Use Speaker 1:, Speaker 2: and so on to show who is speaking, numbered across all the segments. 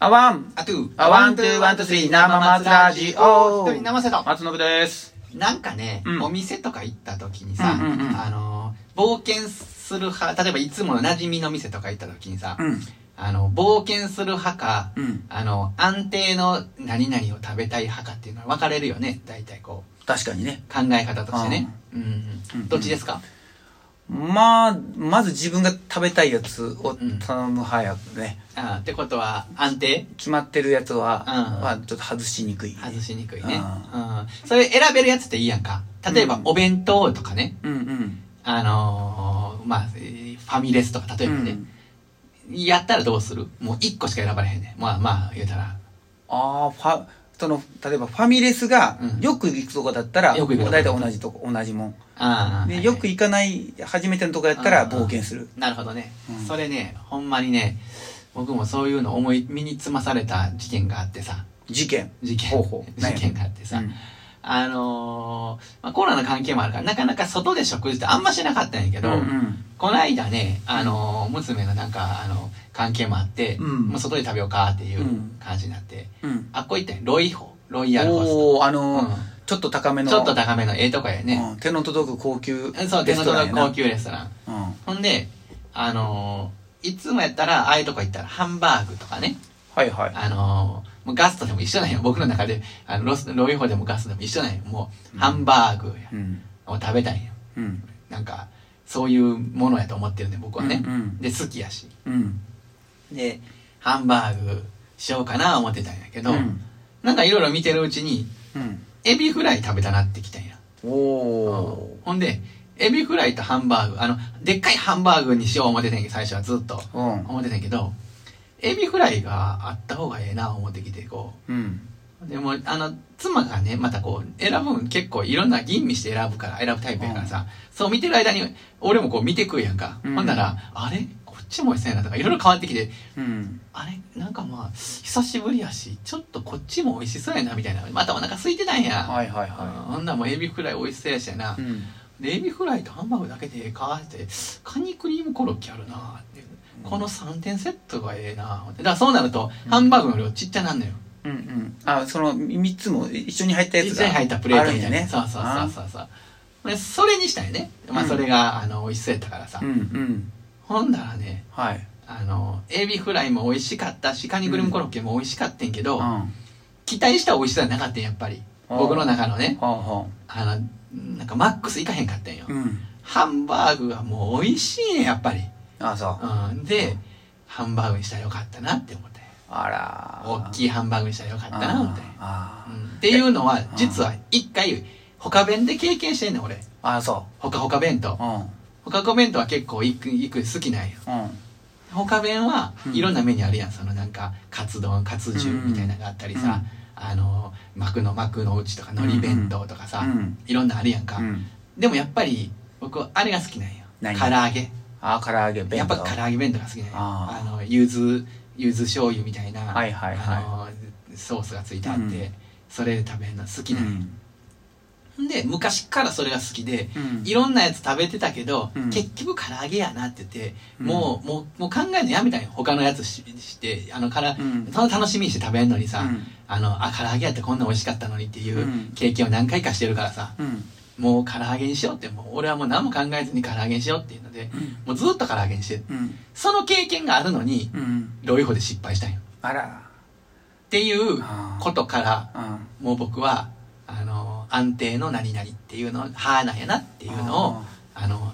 Speaker 1: あわん
Speaker 2: あとゥ
Speaker 1: あワン、ツー、ワン、ツー、スリー、生松ラジオ
Speaker 2: 一人生瀬戸
Speaker 1: 松信です。
Speaker 2: なんかね、
Speaker 1: うん
Speaker 2: お店とか行った時にさ、
Speaker 1: うんうんうん
Speaker 2: あのー冒険する派例えばいつもの馴染みの店とか行った時にさ、
Speaker 1: うん。
Speaker 2: あの冒険する派か
Speaker 1: うん。
Speaker 2: あの安定の何々を食べたい派かっていうのは分かれるよね大体こう
Speaker 1: 確かにね。
Speaker 2: 考え方としてね、うんうん
Speaker 1: うん
Speaker 2: どっちですか、
Speaker 1: まあ、まず自分が食べたいやつを頼む派やね。
Speaker 2: あーってことは安定
Speaker 1: 決まってるやつは、
Speaker 2: うん
Speaker 1: はちょっと外しにくい。
Speaker 2: 外しにくいね、う
Speaker 1: うん
Speaker 2: それ選べるやつっていいやんか例えば
Speaker 1: うん
Speaker 2: お弁当とかね、
Speaker 1: うんうん。
Speaker 2: あのーまあえーファミレスとか例えばね、
Speaker 1: うん
Speaker 2: やったらどうするもう1個しか選ばれへんねんまあまあ言うたら
Speaker 1: ああ、ファ、その、例えばファミレスが
Speaker 2: うん、
Speaker 1: よく行くとこだったら、
Speaker 2: よく行くとこ
Speaker 1: 大体同じとこ、同じもん。
Speaker 2: ああ
Speaker 1: で、よく
Speaker 2: い
Speaker 1: 行かない、初めてのとこやった
Speaker 2: う
Speaker 1: ら
Speaker 2: んうん
Speaker 1: 冒険する。
Speaker 2: なるほどね、
Speaker 1: うん
Speaker 2: それねほんまにね僕もそういうの思い身につまされた事件があってさ
Speaker 1: 事件。
Speaker 2: 事件
Speaker 1: ほうほ う
Speaker 2: 事件があってさ、
Speaker 1: うん
Speaker 2: あのーまあ、コロナの関係もあるからなかなか外で食事ってあんましなかったんやけど、
Speaker 1: うん
Speaker 2: この間ね、あのー娘のなんか、あの、関係もあって、
Speaker 1: うん
Speaker 2: もう外で食べようかっていう
Speaker 1: うん
Speaker 2: 感じになって、
Speaker 1: うん。うん。
Speaker 2: あっこ行ったんやロイホ、ロイヤルホ
Speaker 1: おー、あ
Speaker 2: ス
Speaker 1: のー、ちょ
Speaker 2: ト
Speaker 1: っと高め
Speaker 2: うん
Speaker 1: の。
Speaker 2: ちょっと高めのええとこやね。
Speaker 1: うん手の届く高級
Speaker 2: そう、手
Speaker 1: レ
Speaker 2: の
Speaker 1: ストランや
Speaker 2: 届く
Speaker 1: な
Speaker 2: 高級レストラン。
Speaker 1: うん
Speaker 2: ほんで、あのーいつもやったら、ああいうとこ行ったら、ハンバーグとかね、
Speaker 1: はいはい
Speaker 2: あのーもうガストでも一緒なんよ。僕の中で、あのロスロイホでもガストでも一緒なんよ。もう、
Speaker 1: うん
Speaker 2: ハンバーグや
Speaker 1: うん
Speaker 2: を食べたいんよ。
Speaker 1: うん
Speaker 2: なんか、そういうものやと思ってるんで、僕はね。
Speaker 1: うん
Speaker 2: で、好きやし。
Speaker 1: うん
Speaker 2: でハンバーグしようかな思ってたんやけど、
Speaker 1: うん
Speaker 2: なんかいろいろ見てるうちに
Speaker 1: うん
Speaker 2: エビフライ食べたなってきたんや
Speaker 1: おお
Speaker 2: ほんでエビフライとハンバーグあのでっかいハンバーグにしよう思ってたんやけど最初はずっと
Speaker 1: うん
Speaker 2: 思ってたんやけどエビフライがあった方がええな思ってきてこ
Speaker 1: うん
Speaker 2: うでもあの妻がねまたこう選ぶん結構いろんな吟味して選ぶから選ぶタイプやからさ、そう見てる間に俺もこう見てくるやんか、
Speaker 1: うん
Speaker 2: ほんならあれこっちも美味しそうやなとかいろいろ変わってきて
Speaker 1: うん
Speaker 2: あれなんかまあ久しぶりやしちょっとこっちも美味しそうやなみたいなまたお腹空いてたんや、
Speaker 1: はいはい
Speaker 2: あ
Speaker 1: は
Speaker 2: んなんもエビフライ美味しそうやしやな、
Speaker 1: いうん
Speaker 2: でエビフライとハンバーグだけでええかってカニクリームコロッケあるなってこの3点セットがええなってだからそうなると、
Speaker 1: うん
Speaker 2: ハンバーグの量ちっちゃなんだよ
Speaker 1: うんうんあその三つも一緒に入ったや
Speaker 2: ちっ
Speaker 1: つ
Speaker 2: ちゃ
Speaker 1: が
Speaker 2: い入ったプレー
Speaker 1: あ
Speaker 2: ト
Speaker 1: るん
Speaker 2: み
Speaker 1: や
Speaker 2: たいな、
Speaker 1: ね
Speaker 2: そうそうそうそうそうでそれにしたいね、まあ、
Speaker 1: うん
Speaker 2: それが、あの美味しそうやったからさ、
Speaker 1: うんうん
Speaker 2: ほんだらね
Speaker 1: はい
Speaker 2: あのエビフライも美味しかったしカニクリームコロッケも美味しかったんけど、
Speaker 1: うんは
Speaker 2: 期待した美味しさはなかったんやっぱり
Speaker 1: あー
Speaker 2: 僕の中のね
Speaker 1: あは
Speaker 2: あのなんかマックスいかへんかったんよ、
Speaker 1: あうん
Speaker 2: ハンバーグがもう美味しいねやっぱり、
Speaker 1: あそう
Speaker 2: うん、でハンバーグにしたらよかったなって思って
Speaker 1: あら
Speaker 2: 大
Speaker 1: い
Speaker 2: きいハンバーグにしたらよかったな思って、
Speaker 1: あ
Speaker 2: う
Speaker 1: ー
Speaker 2: ん、っていうのは実は一回他弁で経験してんねん俺
Speaker 1: あーそ
Speaker 2: ほかほか弁当
Speaker 1: ううん
Speaker 2: ほかほか弁当は結構いくいく好きなんよ
Speaker 1: うん
Speaker 2: 他弁は
Speaker 1: うん
Speaker 2: いろんなメニューあるやん、そのなんかカツ丼カツ重みたいなのがあったりさ、あの幕の幕の内とか海苔弁当とかさ、
Speaker 1: うん
Speaker 2: いろんなあるやんか、
Speaker 1: うん
Speaker 2: でもやっぱり僕あれが好きなんよ
Speaker 1: 何
Speaker 2: 唐揚げ
Speaker 1: あー唐揚げ弁当
Speaker 2: やっぱ唐揚げ弁当が好きなんよあ
Speaker 1: あ
Speaker 2: のゆずゆず醤油みたいな、
Speaker 1: はいはいはい
Speaker 2: あのソースがついてあって、
Speaker 1: うん
Speaker 2: それで食べるの好き
Speaker 1: う
Speaker 2: なんよ、
Speaker 1: ん
Speaker 2: んで昔からそれが好きで
Speaker 1: うん
Speaker 2: いろんなやつ食べてたけど、
Speaker 1: うん
Speaker 2: 結局唐揚げやなって言って、
Speaker 1: うん
Speaker 2: もうもうもう考えるのやめたんよ他のやつししてあのから、
Speaker 1: うん
Speaker 2: その楽しみにして食べるのにさ、
Speaker 1: うん
Speaker 2: あのあ唐揚げやってこんな美味しかったのにっていううん経験を何回かしてるからさ、
Speaker 1: うん
Speaker 2: もう唐揚げにしようってもう俺はもう何も考えずに唐揚げにしようっていうのでもうずっと唐揚げにして
Speaker 1: うん
Speaker 2: その経験があるのに
Speaker 1: うん
Speaker 2: ロイホで失敗したんよ
Speaker 1: あら
Speaker 2: っていう
Speaker 1: あー
Speaker 2: ことから
Speaker 1: うん
Speaker 2: もう僕はあの安定の何々っていうの派なんやなっていうのをあの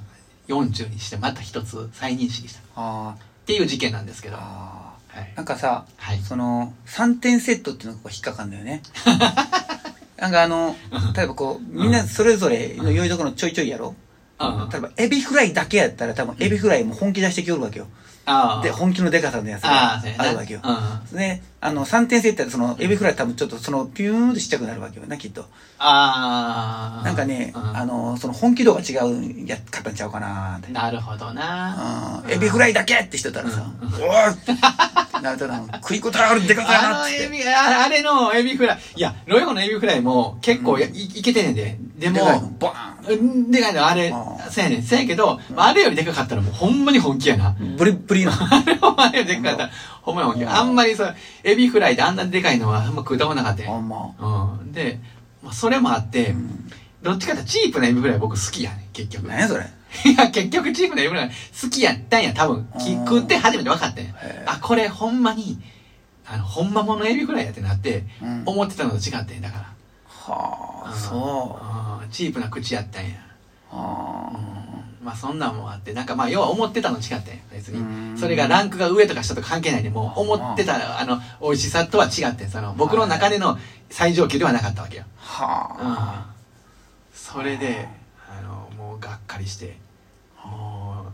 Speaker 2: 40にしてまた一つ再認識したっ
Speaker 1: あー
Speaker 2: ていう事件なんですけどは
Speaker 1: あ
Speaker 2: い
Speaker 1: ー、なんかさ
Speaker 2: はい、
Speaker 1: その3点セットっていうのがこう引っかかんだよねなんかあの例えばこうみんなそれぞれの良いところちょいちょいやろ
Speaker 2: うん
Speaker 1: 例えばエビフライだけやったら多分エビフライも本気出してきおるわけよ
Speaker 2: あー
Speaker 1: で本気のデカさのやつ
Speaker 2: あ
Speaker 1: が
Speaker 2: ーそうやな
Speaker 1: あるわけよ
Speaker 2: うんあ
Speaker 1: ね、あの3点セットやったらそのエビフライ多分ちょっとそのピューンとちっちゃくなるわけよなきっと
Speaker 2: あー
Speaker 1: なんかね
Speaker 2: うん
Speaker 1: あのその本気度が違うやかったんちゃうかなーって
Speaker 2: なるほどな
Speaker 1: うんエビフライだけってしてたらさ、
Speaker 2: う
Speaker 1: おーってなるとなんか食い応えあるでかさやなっ
Speaker 2: あの
Speaker 1: つっ
Speaker 2: エ
Speaker 1: て。
Speaker 2: ビああれのエビフライいやロイホのエビフライも結構やいいけてんねんでで
Speaker 1: でかいの
Speaker 2: も、
Speaker 1: バーン
Speaker 2: うんでかいのあれ
Speaker 1: あー、
Speaker 2: そうやねん。そうやけど、まああれよりでかかったらもうほんまに本気 やな。
Speaker 1: ブリッブリの。
Speaker 2: あれはあれよりでかかったら、ほんまに本気
Speaker 1: うん
Speaker 2: や。あんまりそう、エビフライであんなでかいのはあんま食うたことなかった
Speaker 1: あ
Speaker 2: よ。
Speaker 1: んま
Speaker 2: うん。で、まあそれもあって
Speaker 1: う、ん。
Speaker 2: どっちかっていうとチープなエビフライ僕好きやねん、結局。
Speaker 1: 何やそれ。
Speaker 2: いや、結局チームのエブラ好きやったんや、多分。き
Speaker 1: うん
Speaker 2: 食って初めて分かったんや。
Speaker 1: へー
Speaker 2: あ、これほんまに、あの、ほんまものエビフライやってなって、
Speaker 1: うん
Speaker 2: 思ってたのと違ってんだから。
Speaker 1: はあ、
Speaker 2: ん
Speaker 1: そう。
Speaker 2: うんチープな口やったんや。
Speaker 1: あ
Speaker 2: まあそんなんもあって、なんかまあ要は思ってたの違ったんや、別
Speaker 1: うん
Speaker 2: に。それがランクが上とか下とか関係ないで、もう思ってた、あの、美味しさとは違ってんその、僕の中での最上級ではなかったわけよ。
Speaker 1: あ。は
Speaker 2: うん
Speaker 1: あ。
Speaker 2: それであのもうがっかりしても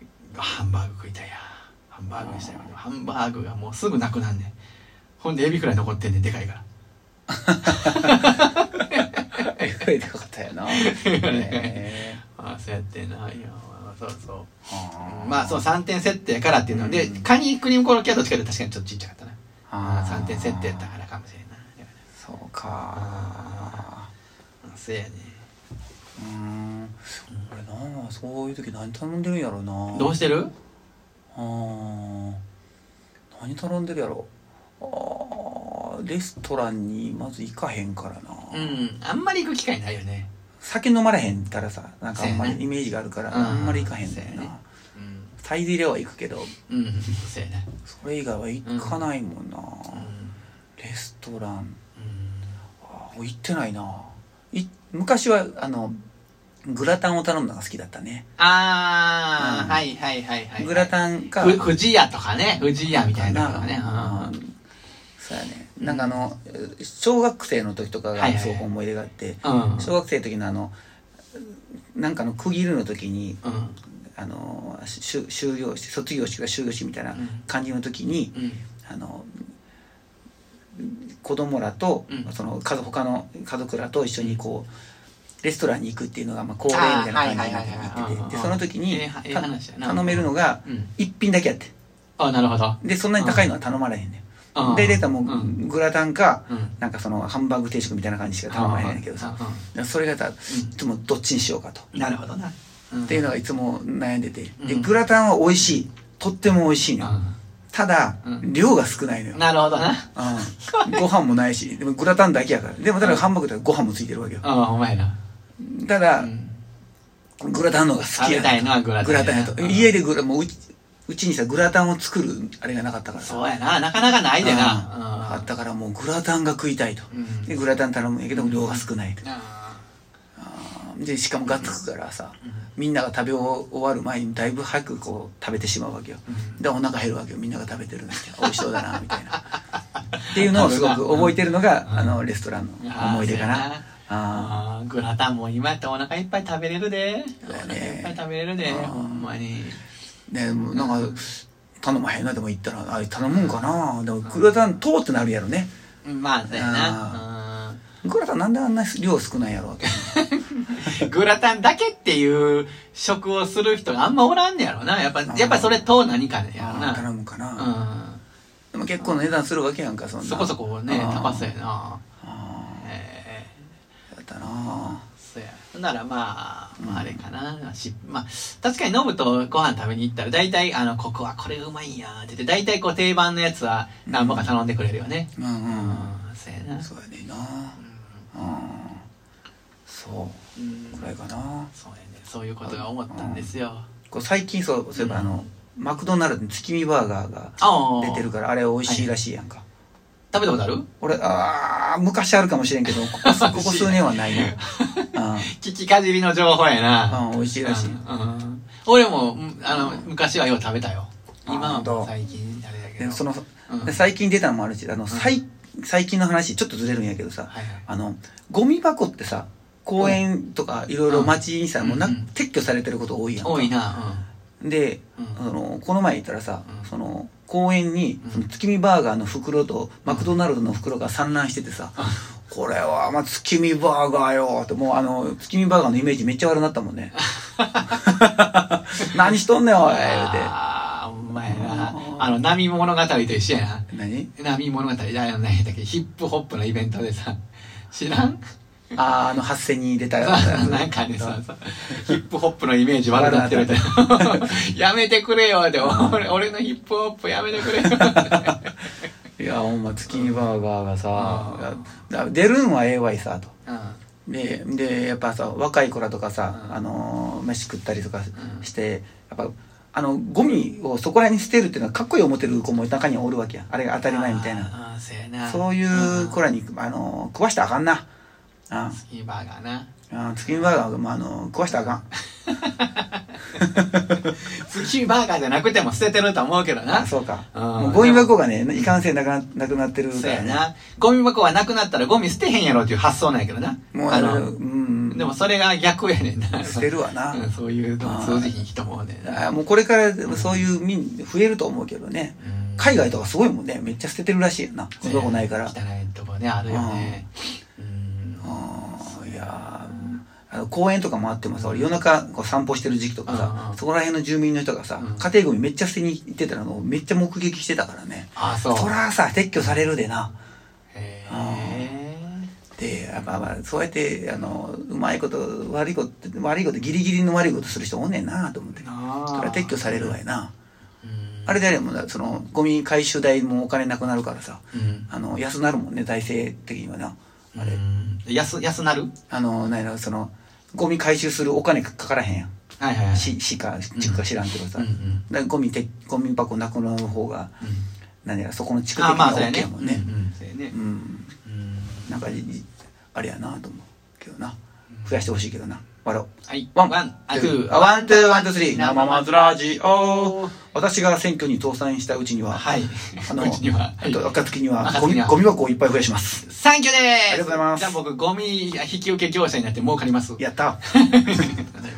Speaker 2: うハンバーグ食いたいやハンバーグにしたいわでもハンバーグがもうすぐなくなんねんほんでエビフライ残ってんねんでかいから
Speaker 1: えぐいでかかったよな。へえ
Speaker 2: ああそうやってないやそうそう
Speaker 1: は
Speaker 2: まあそう3点設定からっていうので、
Speaker 1: うん
Speaker 2: カニクリームコロッケはどっちかというと確かにちょっとちっちゃかったな
Speaker 1: あー
Speaker 2: 3点設定やったからかもしれんない
Speaker 1: そうか
Speaker 2: うんそうやね
Speaker 1: うーん俺なあそういう時何頼んでるんやろうな
Speaker 2: どうしてる
Speaker 1: あー何頼んでるやろあーレストランにまず行かへんからな、
Speaker 2: うんあんまり行く機会ないよね
Speaker 1: 酒飲まれへんからさなんかあんま
Speaker 2: そうや
Speaker 1: り
Speaker 2: ね
Speaker 1: イメージがあるから
Speaker 2: うん
Speaker 1: あんまり行かへんだよ
Speaker 2: そうや
Speaker 1: な
Speaker 2: ねうん
Speaker 1: サイズ入れは行くけど
Speaker 2: うんそうやね
Speaker 1: それ以外は行かないもんな、
Speaker 2: うん
Speaker 1: レストラン
Speaker 2: う
Speaker 1: あー行ってないない昔はあのグラタンを頼むのが好きだったね、
Speaker 2: んああ、
Speaker 1: うん
Speaker 2: はいはいはいはい。
Speaker 1: グラタンか
Speaker 2: ふ、藤屋とかね、藤屋みたいなのがね。
Speaker 1: な
Speaker 2: うん
Speaker 1: そうやねなんかあの小学生の時とか
Speaker 2: はい
Speaker 1: が
Speaker 2: はい
Speaker 1: すごく思い出があって
Speaker 2: うん。
Speaker 1: 小学生の時のあのなんかの区切るの時に
Speaker 2: うん。うん。
Speaker 1: あのし終了式卒業式か終業式みたいな
Speaker 2: うん
Speaker 1: 感じの時にあの子供らと
Speaker 2: うん
Speaker 1: その家族他の家族らと一緒にこうレストランに行くっていうのがまあ恒例みたいな感じにな
Speaker 2: あーはいはいはいはい
Speaker 1: って
Speaker 2: うん
Speaker 1: てでその時に
Speaker 2: ええはええ
Speaker 1: た
Speaker 2: 話やな
Speaker 1: 頼めるのが
Speaker 2: うん。
Speaker 1: 一品だけやって
Speaker 2: あ、なるほど。
Speaker 1: でそんなに高いのは頼まれへんね
Speaker 2: うん
Speaker 1: んでレータも
Speaker 2: うん
Speaker 1: うグラタンか
Speaker 2: うん。
Speaker 1: なんかそのハンバーグ定食みたいな感じしか頼まれへんねんけどさ
Speaker 2: うん。
Speaker 1: それがさいつもどっちにしようかと
Speaker 2: うんなるほどな。っ
Speaker 1: っていうの
Speaker 2: が、
Speaker 1: がいつも悩んでてで
Speaker 2: うん
Speaker 1: グラタンは美味しいとっても美味しいのよただ
Speaker 2: うん
Speaker 1: 量が少ないのよ
Speaker 2: うんなるほどな。
Speaker 1: うんご飯もないしでもグラタンだけやからでもただハンバーグとかご飯もついてるわけよ
Speaker 2: うん、お前な。
Speaker 1: ただ
Speaker 2: うん
Speaker 1: グラタンの方が好
Speaker 2: 食
Speaker 1: き
Speaker 2: べ
Speaker 1: や
Speaker 2: たいのはグラタン。
Speaker 1: グラタンやと
Speaker 2: うん
Speaker 1: 家でグラもううちうちにさグラタンを作るあれがなかったからさ
Speaker 2: そうやな。なかなかないで
Speaker 1: うん
Speaker 2: な。
Speaker 1: あったからもうグラタンが食いたいと
Speaker 2: うん
Speaker 1: でグラタン頼むんやけど量が少ないと
Speaker 2: うん。
Speaker 1: あーでしかもガッとくからさみんなが食べ終わる前にだいぶ早くこう食べてしまうわけよ
Speaker 2: うん
Speaker 1: でお腹減るわけよみんなが食べてるのに美味しそうだなみたいなって いうのをすごく覚えてるのが、
Speaker 2: うん
Speaker 1: あのレストランの
Speaker 2: あー
Speaker 1: 思い出か
Speaker 2: そうや
Speaker 1: なあ
Speaker 2: あーグラタンも今やったらお腹いっぱい食べれるで。お
Speaker 1: そうや
Speaker 2: 腹
Speaker 1: ね
Speaker 2: いっぱい食べれるで、
Speaker 1: うん
Speaker 2: ほんまに。
Speaker 1: ーでもうなんか頼まへんなでも行ったらあ頼むんかなでもグラタンとうってなるやろね
Speaker 2: まあ、そうやな。うん
Speaker 1: グラタンなんであんな量少ないやろう
Speaker 2: グラタンだけっていう食をする人があんまおらんねやろな。やっぱ、
Speaker 1: ん
Speaker 2: やっぱそれと何かねやろ
Speaker 1: あー頼
Speaker 2: な。
Speaker 1: むかな、
Speaker 2: う
Speaker 1: でも結構値段するわけやんかそん
Speaker 2: ん。
Speaker 1: な
Speaker 2: そこそこね、
Speaker 1: あー
Speaker 2: 高そうやな。
Speaker 1: あ
Speaker 2: え
Speaker 1: ーやったな
Speaker 2: ーそうや。ほんならまあ、まああれかな。しまあ、確かに飲むとご飯食べに行ったら、大体、あの、ここはこれがうまいんや、って言って、大体こう定番のやつは何本か頼んでくれるよね。
Speaker 1: うんうん、
Speaker 2: うん、そうやな。
Speaker 1: そうやねんなうんそ
Speaker 2: うん
Speaker 1: うくらいかな
Speaker 2: そうやねそういうことが思ったんですよ、
Speaker 1: こう最近そうそういえばあの、マクドナルドに月見バーガーが
Speaker 2: ああ
Speaker 1: 出てるからあれ美味しいらしいやんか、
Speaker 2: 食べたことある
Speaker 1: 俺あー昔あるかもしれんけどここ 数ここ数年はないね
Speaker 2: 聞きかじりの情報やな、
Speaker 1: うん、うん、美味しいらしい、
Speaker 2: うんうん俺もうんあの昔はよう食べたよ
Speaker 1: あ
Speaker 2: 今は
Speaker 1: 本当
Speaker 2: もう最近あれだけ
Speaker 1: で
Speaker 2: ど
Speaker 1: その、
Speaker 2: うん
Speaker 1: で最近出たのもあるしあの、最最近の話ちょっとずれるんやけどさ、
Speaker 2: はいはい
Speaker 1: あのゴミ箱ってさ公園とかいろいろ街にさ、
Speaker 2: うん
Speaker 1: もうな
Speaker 2: うん
Speaker 1: 撤去されてること多いやんか
Speaker 2: 多いな
Speaker 1: で、
Speaker 2: うん
Speaker 1: あのこの前行ったらさ、
Speaker 2: うん
Speaker 1: その公園に
Speaker 2: うん
Speaker 1: その月見バーガーの袋とマクドナルドの袋が散乱しててさ、これはまあ月見バーガーよってもうあの月見バーガーのイメージめっちゃ悪なったもん ね何しとんねん
Speaker 2: うん
Speaker 1: おい
Speaker 2: ああお前な
Speaker 1: うん
Speaker 2: あの波物語と一緒やな
Speaker 1: 言うて何
Speaker 2: 波物語だよねだけどヒップホップのイベントでさ知らん
Speaker 1: あーあの8000人入れた
Speaker 2: なんかねささヒップホップのイメージ悪くなってるみたいな やめてくれよで俺俺のヒップホップやめてくれよ
Speaker 1: いやほんま月見バーガーがさ
Speaker 2: うん
Speaker 1: だ出るんはええわいさと
Speaker 2: うん
Speaker 1: ででやっぱさ若い子らとかさ、
Speaker 2: うん
Speaker 1: あのー飯食ったりとか
Speaker 2: うん
Speaker 1: して、やっぱあのゴミをそこらに捨てるっていうのはかっこいい思ってる子も中にはおるわけやあれが 当たり前みたいな
Speaker 2: あーそうやな
Speaker 1: そういう子ら
Speaker 2: に
Speaker 1: に、あのー食わしたらあかんなあ
Speaker 2: スキーバーガーな
Speaker 1: あ月見バーガーも、あのー食わしたらあ
Speaker 2: スキーバーガーじゃなくても捨ててると思うけど
Speaker 1: かん
Speaker 2: な
Speaker 1: あそうか
Speaker 2: うん
Speaker 1: もうゴミ箱がねいかんせんなくななくなってるか
Speaker 2: そう
Speaker 1: ら
Speaker 2: や
Speaker 1: ね
Speaker 2: なゴミ箱はなくなったらゴミ捨てへんやろっていう発想なんやけどな
Speaker 1: もう
Speaker 2: あ
Speaker 1: あ
Speaker 2: の
Speaker 1: のうん
Speaker 2: でもそれが逆やねんな
Speaker 1: 捨てるわな
Speaker 2: うんそういうの通じひん人もおんねんな
Speaker 1: あーもうこれからそういうみん増えると思うけどね
Speaker 2: うん
Speaker 1: 海外とかすごいもんねめっちゃ捨ててるらしいよなゴミ箱ないから
Speaker 2: 汚いとこねあるよねうん
Speaker 1: うんいやーあの公園とか回ってもさ俺夜中こう散歩してる時期とか
Speaker 2: うんう
Speaker 1: さ
Speaker 2: ん
Speaker 1: そこら辺の住民の人がさ
Speaker 2: うん
Speaker 1: 家庭ゴミめっちゃ捨てに行ってたのをめっちゃ目撃してたからね
Speaker 2: あそう
Speaker 1: そらさ撤去されるでな
Speaker 2: へ
Speaker 1: でやっぱまあそうやってあのうまいこと悪いこと悪いことギリギリの悪いことする人おんねんなと思って
Speaker 2: え
Speaker 1: そ
Speaker 2: な
Speaker 1: れは撤去されるわよな
Speaker 2: うん
Speaker 1: あれであれもなそのゴミ回収代もお金なくなるからさ
Speaker 2: うん
Speaker 1: あの安なるもんね財政的にはなあれ
Speaker 2: うん安安なる
Speaker 1: あのなんやろそのゴミ回収するお金かからへんやん
Speaker 2: はいはいはい
Speaker 1: 市市か地区か知らんけどさ、
Speaker 2: うんうん
Speaker 1: だからゴミてゴミ箱なくなる方が
Speaker 2: うん
Speaker 1: 何やらそこの地区的
Speaker 2: あ
Speaker 1: に
Speaker 2: ま
Speaker 1: は
Speaker 2: あそうや
Speaker 1: OK
Speaker 2: ね
Speaker 1: やもんね
Speaker 2: うんうんそうやね
Speaker 1: うん、
Speaker 2: うん
Speaker 1: なんかいいあれやなと思うけどな増やしてほしいけどな笑おう
Speaker 2: はい
Speaker 1: ワン
Speaker 2: ワンあツー
Speaker 1: あワンツーワンツースリー
Speaker 2: 生
Speaker 1: 生
Speaker 2: ま
Speaker 1: マ
Speaker 2: ず
Speaker 1: ズラジオ私が選挙に倒産したうちには
Speaker 2: はい
Speaker 1: あ の
Speaker 2: うちには
Speaker 1: えっと暁には
Speaker 2: 暁
Speaker 1: ゴ
Speaker 2: に
Speaker 1: ミ
Speaker 2: は
Speaker 1: ゴミ箱をいっぱい増やします
Speaker 2: サンキューです
Speaker 1: ありがとうございます
Speaker 2: じゃあ僕ゴミ引き受け業者になって儲かります
Speaker 1: やった
Speaker 2: ありがとうございます